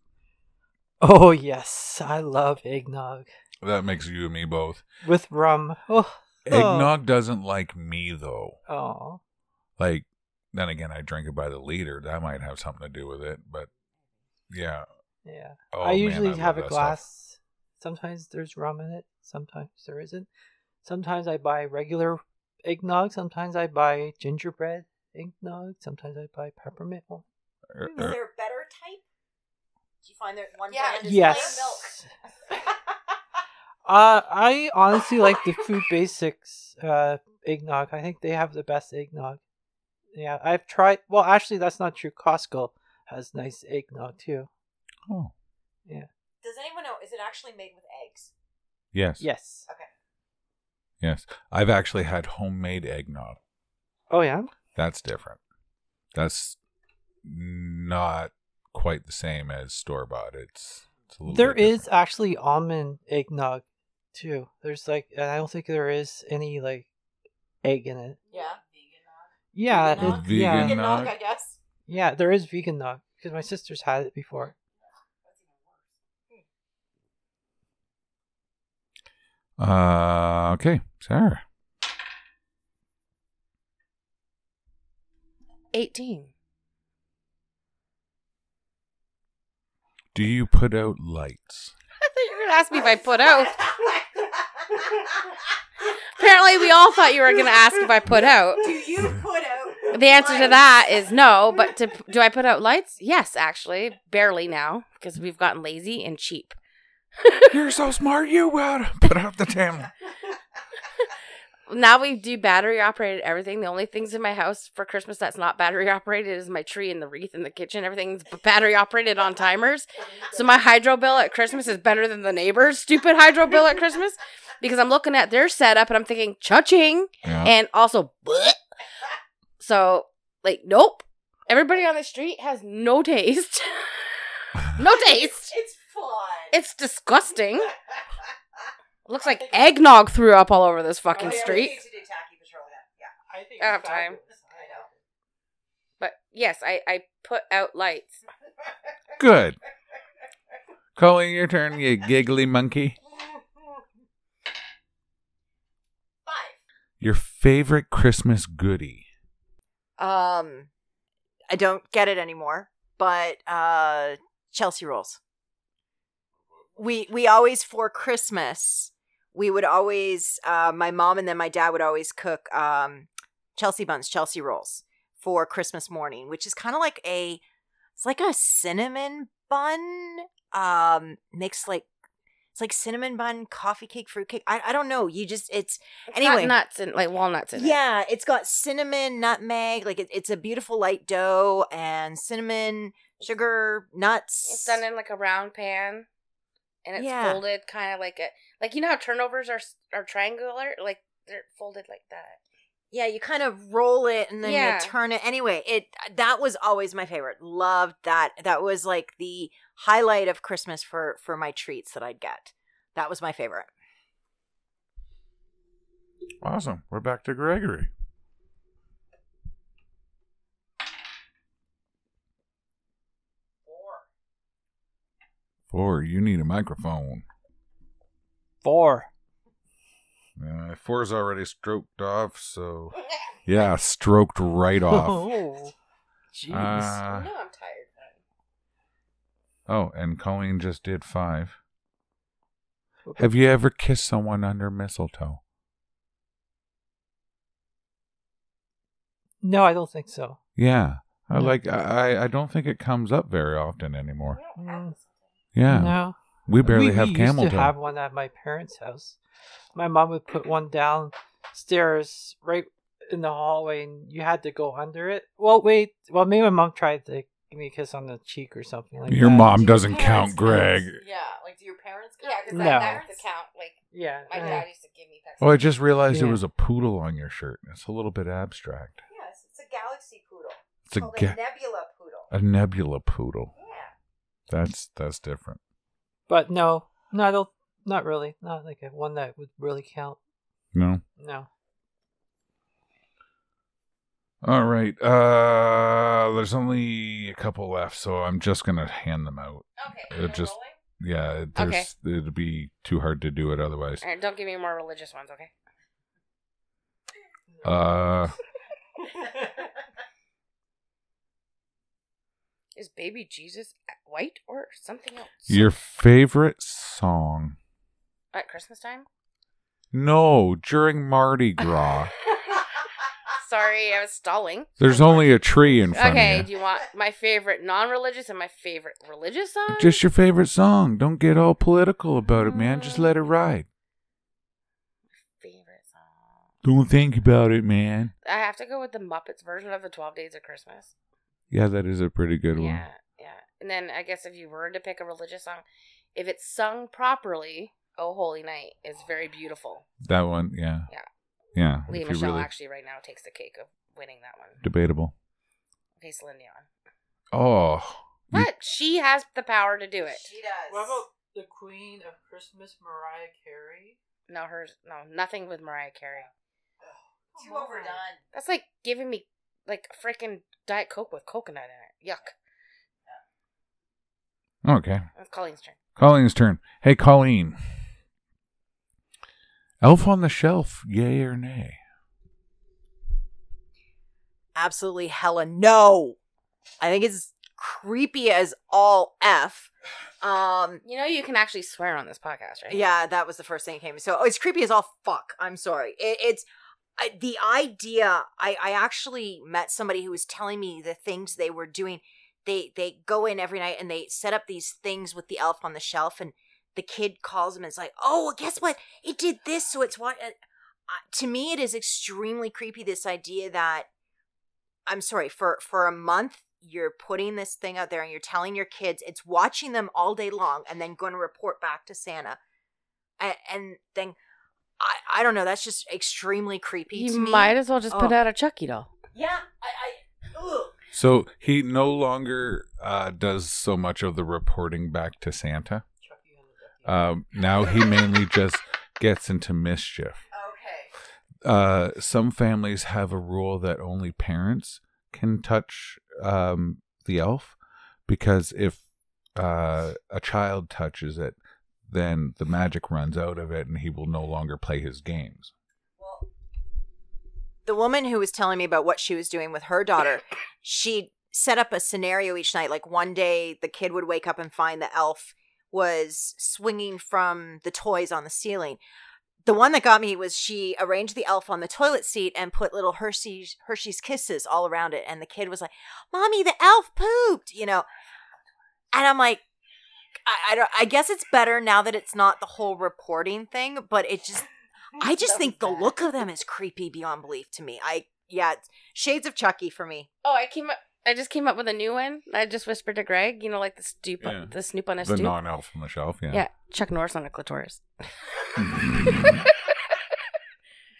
C: Oh, yes. I love eggnog
A: That makes you and me both.
C: with rum. Oh.
A: Eggnog doesn't like me, though.
C: Oh.
A: Like, then again, I drink it by the liter. That might have something to do with it, but yeah.
C: Yeah.
A: Oh,
C: I
A: man,
C: usually
A: love
C: have
A: that
C: a
A: stuff.
C: glass. Sometimes there's rum in it. Sometimes there isn't. Sometimes I buy regular eggnog. Sometimes I buy gingerbread eggnog. Sometimes I buy peppermint one.
A: Er,
E: Is
A: er,
E: there a better type? Do you find that one
D: Yeah,
E: brand is
C: yes. uh, I honestly like the Food Basics uh, eggnog. I think they have the best eggnog. Yeah, I've tried. Well, actually, that's not true. Costco has nice eggnog too.
A: oh,
E: Does anyone know? Is it actually made with eggs?
A: yes.
C: Yes.
A: Yes. I've actually had homemade eggnog.
C: Oh yeah.
A: That's different. That's not quite the same as store bought. It's, it's a little
C: There
A: bit different.
C: is actually almond eggnog too. There's like, and I don't think there is any like egg in it.
E: Yeah.
C: Yeah,
E: Vegan nog?
C: it, yeah,
A: Vegan nog?
E: I guess.
C: yeah. There is vegan nog because my sister's had it before.
A: Uh, okay, Sarah.
D: 18.
A: Do you put out lights?
D: I thought you were going to ask me if I put out.
C: Oh
D: Apparently, we all thought you were going to ask if I put out.
E: Do you put out?
D: The answer to that is no, but to, do I put out lights? Yes, actually. Barely now because we've gotten lazy and cheap.
A: You're so smart, you would put out the damn.
D: Now we do battery operated everything. The only things in my house for Christmas that's not battery operated is my tree and the wreath in the kitchen. Everything's b- battery operated on timers. So my hydro bill at Christmas is better than the neighbor's stupid hydro bill at Christmas because I'm looking at their setup and I'm thinking cha-ching
A: Yeah.
D: and also bleh. So like nope. Everybody on the street has no taste. no taste.
E: It's fun.
D: It's disgusting. Looks like eggnog threw up all over this
E: Oh,
D: fucking street.
C: I think
D: I don't have time. But yes, I, I put out lights.
A: Good. Calling your turn, you giggly monkey. Your favorite Christmas goodie.
E: Um, I don't get it anymore, but uh, Chelsea rolls. We we always for Christmas we would always uh, my mom and then my dad would always cook um, Chelsea buns, Chelsea rolls for Christmas morning, which is kind of like a it's like a cinnamon bun um mixed like it's like cinnamon bun, coffee cake, fruit cake. I I don't know. You just it's
D: It's got
E: anyway
D: nuts and like walnuts in it.
E: yeah, it's got cinnamon, nutmeg. Like it, it's a beautiful light dough and cinnamon, sugar, nuts.
D: It's done in like a round pan, and it's
E: Yeah.
D: folded kind of like a like you know how turnovers are s- are triangular, like they're folded like that.
E: yeah, you kind of roll it and then
D: Yeah.
E: you turn it. Anyway, it that was always my favorite. Loved that. That was like the highlight of Christmas for for my treats that I'd get. That was my favorite.
A: Awesome. We're back to Gregory. Four. You need a microphone.
C: Four.
A: Uh, four's already stroked off, so yeah, stroked right off.
C: Oh, jeez.
A: Uh,
D: no, I'm tired.
A: oh, and Colleen just did five. Have you ever kissed someone under mistletoe?
C: no, I don't think so.
A: Yeah. I like. I I don't think it comes up very often anymore.
C: Mm,
A: Yeah,
C: No.
A: we barely
C: we,
A: have
C: we
A: camel
C: used to
A: toe.
C: have one at my parents' house. My mom would put one downstairs right in the hallway, and you had to go under it. Well, wait. Well, maybe my mom tried to give me a kiss on the cheek or something like
A: Your
C: that.
A: mom doesn't count, Greg.
E: Yeah, like do your parents?
D: Yeah, because
C: No.
D: that, that was the count. Like
C: Yeah.
D: my
C: uh,
D: dad used to give me pecks.
A: Oh, I just realized there
C: Yeah.
A: was a poodle on your shirt. It's a little bit abstract.
E: Yes, it's a galaxy poodle.
A: It's a
E: called
A: ga-
E: a nebula poodle.
A: a nebula poodle.
E: Oh, yeah.
A: That's that's different.
C: But no, no, I don't. Not really. Not like a one that would really count.
A: No.
C: No.
A: All right. Uh, there's only a couple left, so I'm just gonna hand them out.
D: okay.
A: it just- Yeah, there's, it'd be too hard to do it otherwise.
D: All right, don't give me more religious ones, okay?
A: Uh,
D: Is baby Jesus white or something else?
A: your favorite song?
D: at Christmas time?
A: No, during Mardi Gras.
D: Sorry, I was stalling.
A: There's only a tree in front
D: Okay,
A: of
D: do
A: you.
D: you want my favorite non-religious and my favorite religious song?
A: Just your favorite song. Don't get all political about it, man. Just
D: Mm.
A: let it ride.
D: favorite song.
A: Don't think about it, man.
D: I have to go with the Muppets version of the Twelve Days of Christmas.
A: Yeah, that is a pretty good one.
D: Yeah, yeah. And then I guess if you were to pick a religious song, if it's sung properly, "Oh Holy Night" is very beautiful.
A: That one, yeah.
D: Yeah.
A: Yeah. if
D: Leah
A: you
D: Michelle
A: really-
D: actually right now takes the cake of winning that one.
A: Debatable.
D: Okay, Celine Dion.
A: Oh. you-
D: But she has the power to do it.
E: She does.
C: What about the Queen of Christmas, Mariah Carey?
D: No, hers. No, nothing with Mariah Carey.
E: Too overdone.
D: That's like giving me like a freaking diet coke with coconut in it. Yuck.
A: Okay.
D: That's Colleen's turn.
A: Colleen's turn. Hey, Colleen. Elf on the Shelf, yay or nay?
E: Absolutely hella no. I think it's creepy as all F. Um
D: You know you can actually swear on this podcast, right?
E: Yeah, that was the first thing that came. So oh, it's creepy as all fuck. I'm sorry. It, it's I, the idea. I, I actually met somebody who was telling me the things they were doing. They they go in every night and they set up these things with the elf on the shelf, and the kid calls him and it's like, oh, well, guess what? It did this, so it's what. Uh, uh, to me, it is extremely creepy. This idea that I'm sorry for for a month. You're putting this thing out there and you're telling your kids it's watching them all day long and then going to report back to Santa and, and then I, I don't know. That's just extremely creepy.
D: You
E: to me.
D: might as well just put
E: Oh.
D: out a Chucky doll.
E: Yeah, I. I ugh.
A: So he no longer uh, does so much of the reporting back to Santa. Um, now he mainly just gets into mischief.
E: Okay.
A: Uh, some families have a rule that only parents can touch um, the elf because if uh, a child touches it, then the magic runs out of it and he will no longer play his games.
E: Well, the woman who was telling me about what she was doing with her daughter, she set up a scenario each night. Like one day, the kid would wake up and find the elf was swinging from the toys on the ceiling. The one that got me was she arranged the elf on the toilet seat and put little Hershey's Hershey's kisses all around it, and the kid was like, "Mommy, the elf pooped," you know. And I'm like, I, I don't. I guess it's better now that it's not the whole reporting thing, but it just I just
D: That
E: think the
D: was bad.
E: look of them is creepy beyond belief to me. I yeah, it's shades of Chucky for me.
D: Oh, I came up. I just came up with a new one. I just whispered to Greg. You know, like the stoop,
A: Yeah.
D: the Snoop on a
A: the
D: stoop.
A: non elf on the shelf, yeah.
D: yeah. Chuck Norris on a clitoris.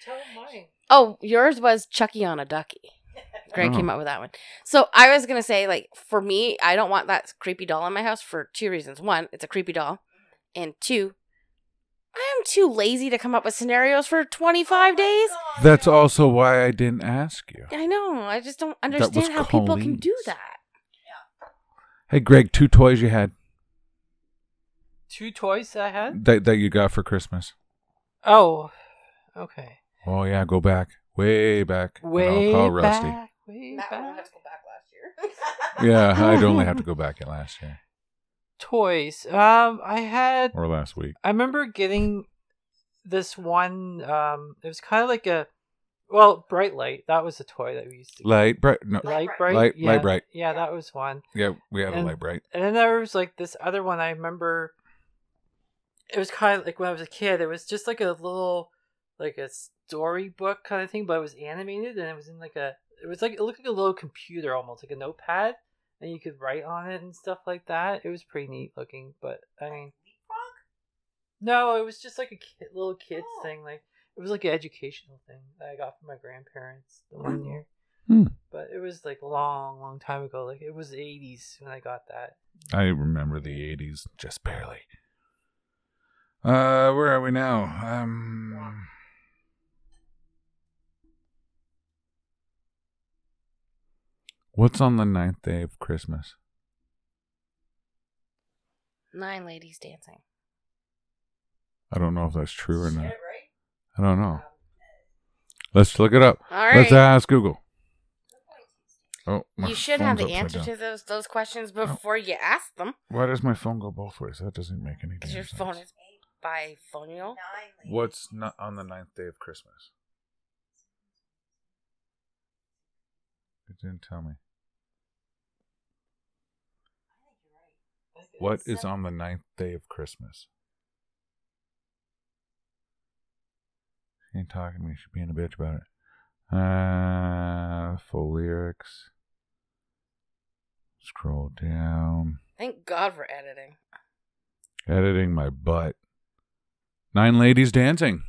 C: Tell mine.
D: Oh, yours was Chucky on a ducky. Greg
A: Oh.
D: came up with that one. So I was gonna say, like, for me, I don't want that creepy doll in my house for two reasons. One, it's a creepy doll, and two, I am too lazy to come up with scenarios for twenty five days.
A: That's also why I didn't ask you.
D: I know. I just don't
A: was
D: understand how people can do
A: Colleen's.
D: that.
A: Hey, Greg, two toys you had
C: Two toys that I had.
A: that, that you got for Christmas.
C: Oh, okay.
A: Oh, yeah, go back. Way back. and
C: Way
A: I'll call
C: back.
A: Rusty.
C: Way back.
D: go back last year.
A: Yeah, I'd only have to go back in last year
C: Toys. Um, I had.
A: or last week.
C: I remember getting this one. Um, it was kind of like a Well, bright light. That was a toy that we used to.
A: Light bright. No,
C: Light
E: Light
C: bright.
A: Light-
C: yeah,
A: Light Bright.
C: Yeah, that was one.
A: yeah, we had a
C: And-
A: light bright.
C: And then there was like this other one I remember. It was kind of like when I was a kid. It was just like a little, like a storybook kind of thing, but it was animated and it was in like a. It was like it looked like a little computer almost, like a notepad, and you could write on it and stuff like that. It was pretty neat looking, but I mean, no, it was just like a kid, little kids
E: Oh.
C: thing. Like it was like an educational thing that I got from my grandparents the one year.
A: Hmm.
C: But it was like long, long time ago. Like it was the '80s when I got that.
A: I remember the 80s just barely. Uh, where are we now? Um, what's on the ninth day of Christmas?
D: Nine ladies dancing.
A: I don't know if that's true or not.
E: right?
A: I don't know. Let's look it up.
D: All
A: Let's
D: right.
A: ask Google. Oh, my
D: You should have
A: phone's
D: the
A: upside
D: answer
A: down. Oh.
D: to those those questions before you ask them.
A: Why does my phone go both ways? That doesn't make any
D: Because
A: damn
D: your
A: sense.
D: phone is biphonial.
A: What's not on the ninth day of Christmas? It didn't tell me. What is on the ninth day of Christmas? She ain't talking to me. She's being a bitch about it. Uh, full lyrics. Scroll down.
D: Thank God for editing.
A: Editing my butt. Nine ladies dancing.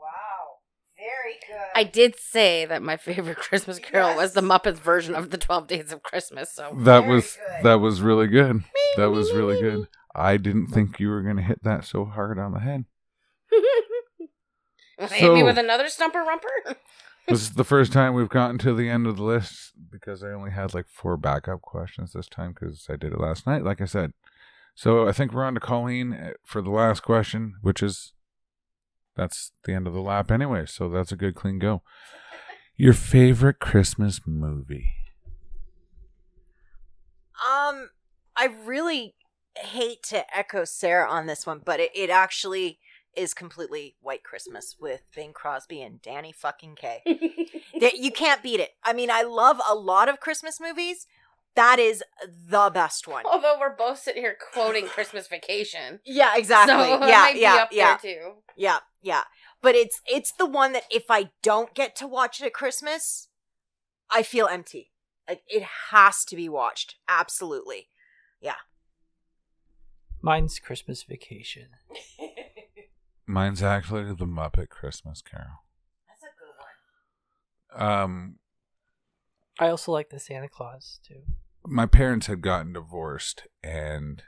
E: Wow. Very good.
D: I did say that my favorite Christmas carol was the Muppets version of the Twelve Days of Christmas. So
A: That
E: Very
A: was
E: good.
A: that was really good. That was really good. I didn't think you were gonna hit that so hard on the head.
E: Mm.
D: hit me
A: So-
D: with another stumper rumper.
A: This is the first time we've gotten to the end of the list because I only had like four backup questions this time because I did it last night, like I said. So I think we're on to Colleen uh, for the last question, which is that's the end of the lap anyway. So that's a good clean go. Your favorite Christmas movie?
E: Um, I really hate to echo Sarah on this one, but it, it actually is completely White Christmas with Bing Crosby and Danny fucking Kaye. That- you can't beat it. I mean, I love a lot of Christmas movies. That is the best one.
D: Although we're both sitting here quoting Christmas Vacation,
E: Yeah, exactly.
D: so it
E: yeah,
D: might be
E: yeah,
D: up
E: yeah,
D: there too.
E: yeah, yeah. But it's it's the one that if I don't get to watch it at Christmas, I feel empty. Like it has to be watched. Absolutely.
C: Mine's Christmas Vacation.
A: Mine's actually The Muppet Christmas Carol. That's a good one. Um,
C: I also like the Santa Claus too.
A: my parents had gotten divorced and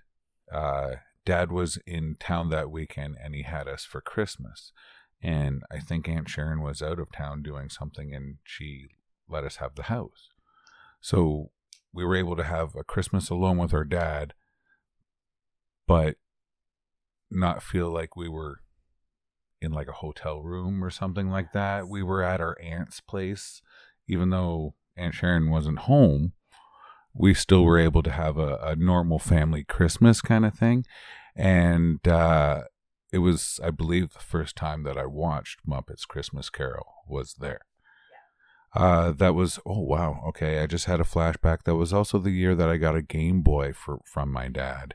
A: uh dad was in town that weekend and he had us for christmas and i think aunt sharon was out of town doing something and she let us have the house so we were able to have a christmas alone with our dad but not feel like we were in like a hotel room or something like that we were at our aunt's place even though aunt sharon wasn't home we still were able to have a, a normal family Christmas kind of thing. And uh, it was, I believe, the first time that I watched Muppets Christmas Carol was there. Uh, that was oh wow okay I just had a flashback that was also the year that I got a Game Boy for from my dad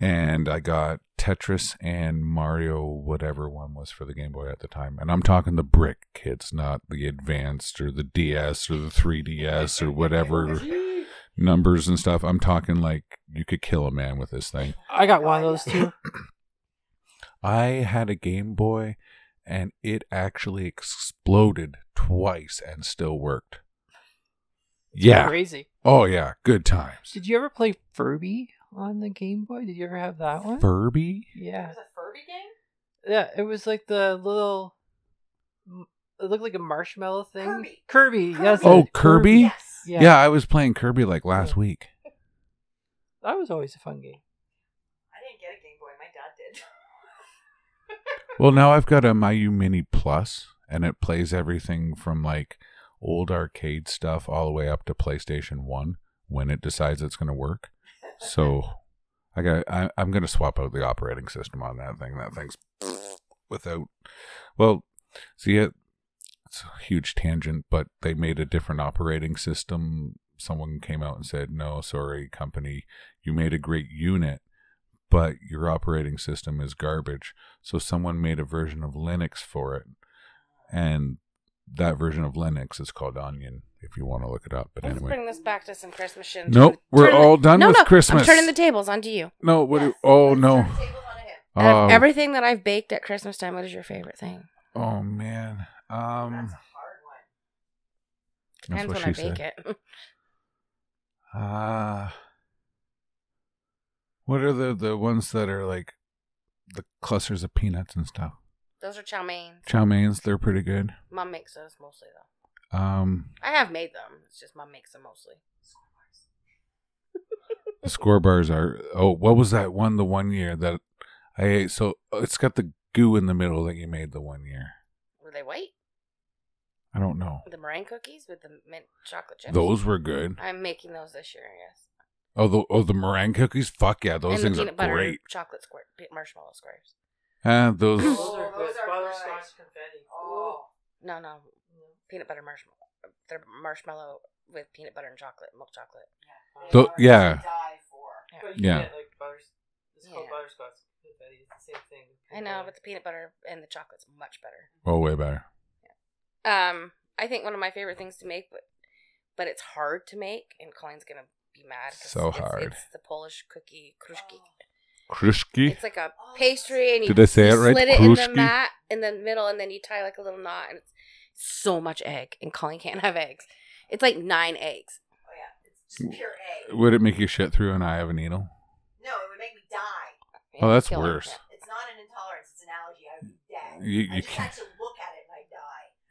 A: and I got Tetris and Mario whatever one was for the Game Boy at the time and I'm talking the brick kits not the advanced or the DS or the 3DS or whatever numbers and stuff. I'm talking like you could kill a man with this thing.
C: I got one
A: Oh,
C: of those too.
A: I had a Game Boy and it actually exploded twice and still worked. Yeah.
C: Crazy.
A: Oh, yeah. Good times.
C: Did you ever play Furby on the Game Boy? Did you ever have that one?
A: Furby?
C: yeah.
E: a Furby game?
C: Yeah, it was like the little. It looked like a marshmallow thing.
E: Kirby.
C: Kirby. Yes.
A: Oh, Kirby?
E: Yes.
A: Yeah. I was playing Kirby like last week.
C: That was always a fun game.
E: I didn't get a Game Boy. My dad did.
A: Well, now I've got a Mayu Mini Plus, and it plays everything from like old arcade stuff all the way up to PlayStation One when it decides it's going to work. So I got I, I'm going to swap out the operating system on that thing. That thing's without. Well, see it. it's a huge tangent, but they made a different operating system. Someone came out and said, "No, sorry, company, you made a great unit, but your operating system is garbage." So someone made a version of Linux for it, and that version of Linux is called Onion. If you want to look it up, but
D: Let's
A: anyway,
D: bring this back to some Christmas shit. and
A: Nope,
D: turn the-
A: we're
D: turn the-
A: all done
D: no,
A: with
D: no,
A: Christmas.
D: I'm turning the tables onto you.
A: no, what? do, oh no,
D: Out of
A: Oh,
D: everything that I've baked at Christmas time, what is your favorite thing?
A: oh man, um, that's
D: Depends
A: what
D: when I
A: she
D: bake
A: said.
D: it.
A: Uh, what are the the ones that are like the clusters of peanuts and stuff?
D: Those are chow mein.
A: Chow mains, they're pretty good.
D: Mom makes those mostly though.
A: Um,
D: I have made them. It's just mom makes them mostly.
A: the score bars are. Oh, what was that one? The one year that I ate. So oh, it's got the goo in the middle that you made the one year.
D: Were they white?
A: I don't know.
D: The meringue cookies with the mint chocolate chips.
A: Those were good.
D: I'm making those this year. Yes.
A: Oh, the oh the meringue cookies. Fuck yeah, those
D: and
A: things
D: the
A: are
D: peanut butter
A: great.
D: chocolate squirt, pe- marshmallow squares.
A: Uh, those.
C: Those are good. Butterscotch confetti. Oh.
D: No, no, peanut butter marshmallow. They're marshmallow with peanut butter and chocolate, milk chocolate.
A: tho- yeah,
C: But you
A: Yeah.
C: get, like, butters- it's called
D: Yeah.
C: butterscotch confetti. It's the same thing.
D: I know, but the peanut butter and the chocolate's much better.
A: oh way better.
C: Mm-hmm.
D: Um, I think one of my favorite things to make, but but it's hard to make, and Colin's gonna be mad. 'cause
A: So
D: it's-
A: hard.
D: It's the Polish cookie kruszki.
C: Oh.
A: Kruszki.
D: It's like a
E: Oh,
D: pastry, and you,
A: Did I say
D: you
A: it right?
D: slit it in the
A: Kruszki?
D: mat in the middle, and then you tie like a little knot, and it's so much egg. And Colin can't have eggs. It's like nine eggs.
E: Oh,
A: Would it make you shit through an eye of a needle?
E: No, it would make me die.
D: Yeah,
A: Oh, that's
D: kill him.
A: worse.
E: It's not an intolerance. It's an allergy. I would be dead.
A: You- you
E: I just
A: can't-
E: had to look at it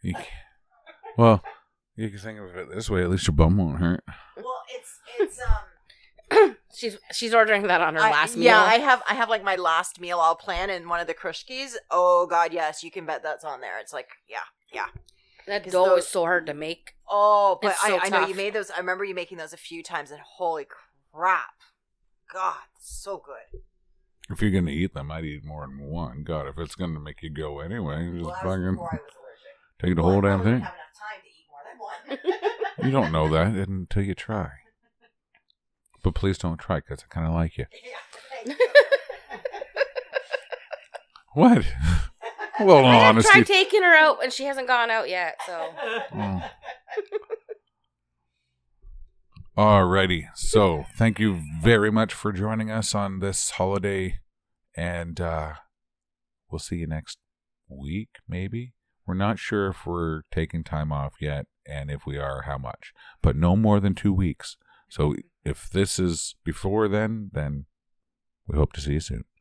E: and I die.
A: You ca- well, you can think of it this way. At least your bum won't hurt.
E: Well, it's it's um.
D: She's she's ordering that on her
E: I-
D: last meal.
E: Yeah, I have I have like my last meal all planned and one of the krushkis. Oh God, yes, you can bet that's on there. It's like yeah,
D: that
E: 'cause
D: dough
E: those-
D: is so hard to make.
E: Oh, but
D: It's so
E: I, I know you
D: tough.
E: made those. I remember you making those a few times, and holy crap, God, so good.
A: If you're gonna eat them, I'd eat more than one. God, if it's gonna make you go anyway, you just
E: Well, that was
A: fucking
E: before I was allergic.
A: take the
E: Well, I
A: whole damn
E: probably
A: thing.
E: didn't Have enough time to eat more than one.
A: You don't know that until you try. But please don't try, cause I kind of like you. What? A little
D: I have
A: honesty.
D: tried taking her out, and she hasn't gone out yet. So
A: Oh. Alrighty. So thank you very much for joining us on this holiday. And uh we'll see you next week, maybe. We're not sure if we're taking time off yet and if we are how much. But no more than two weeks. So if this is before then, then we hope to see you soon.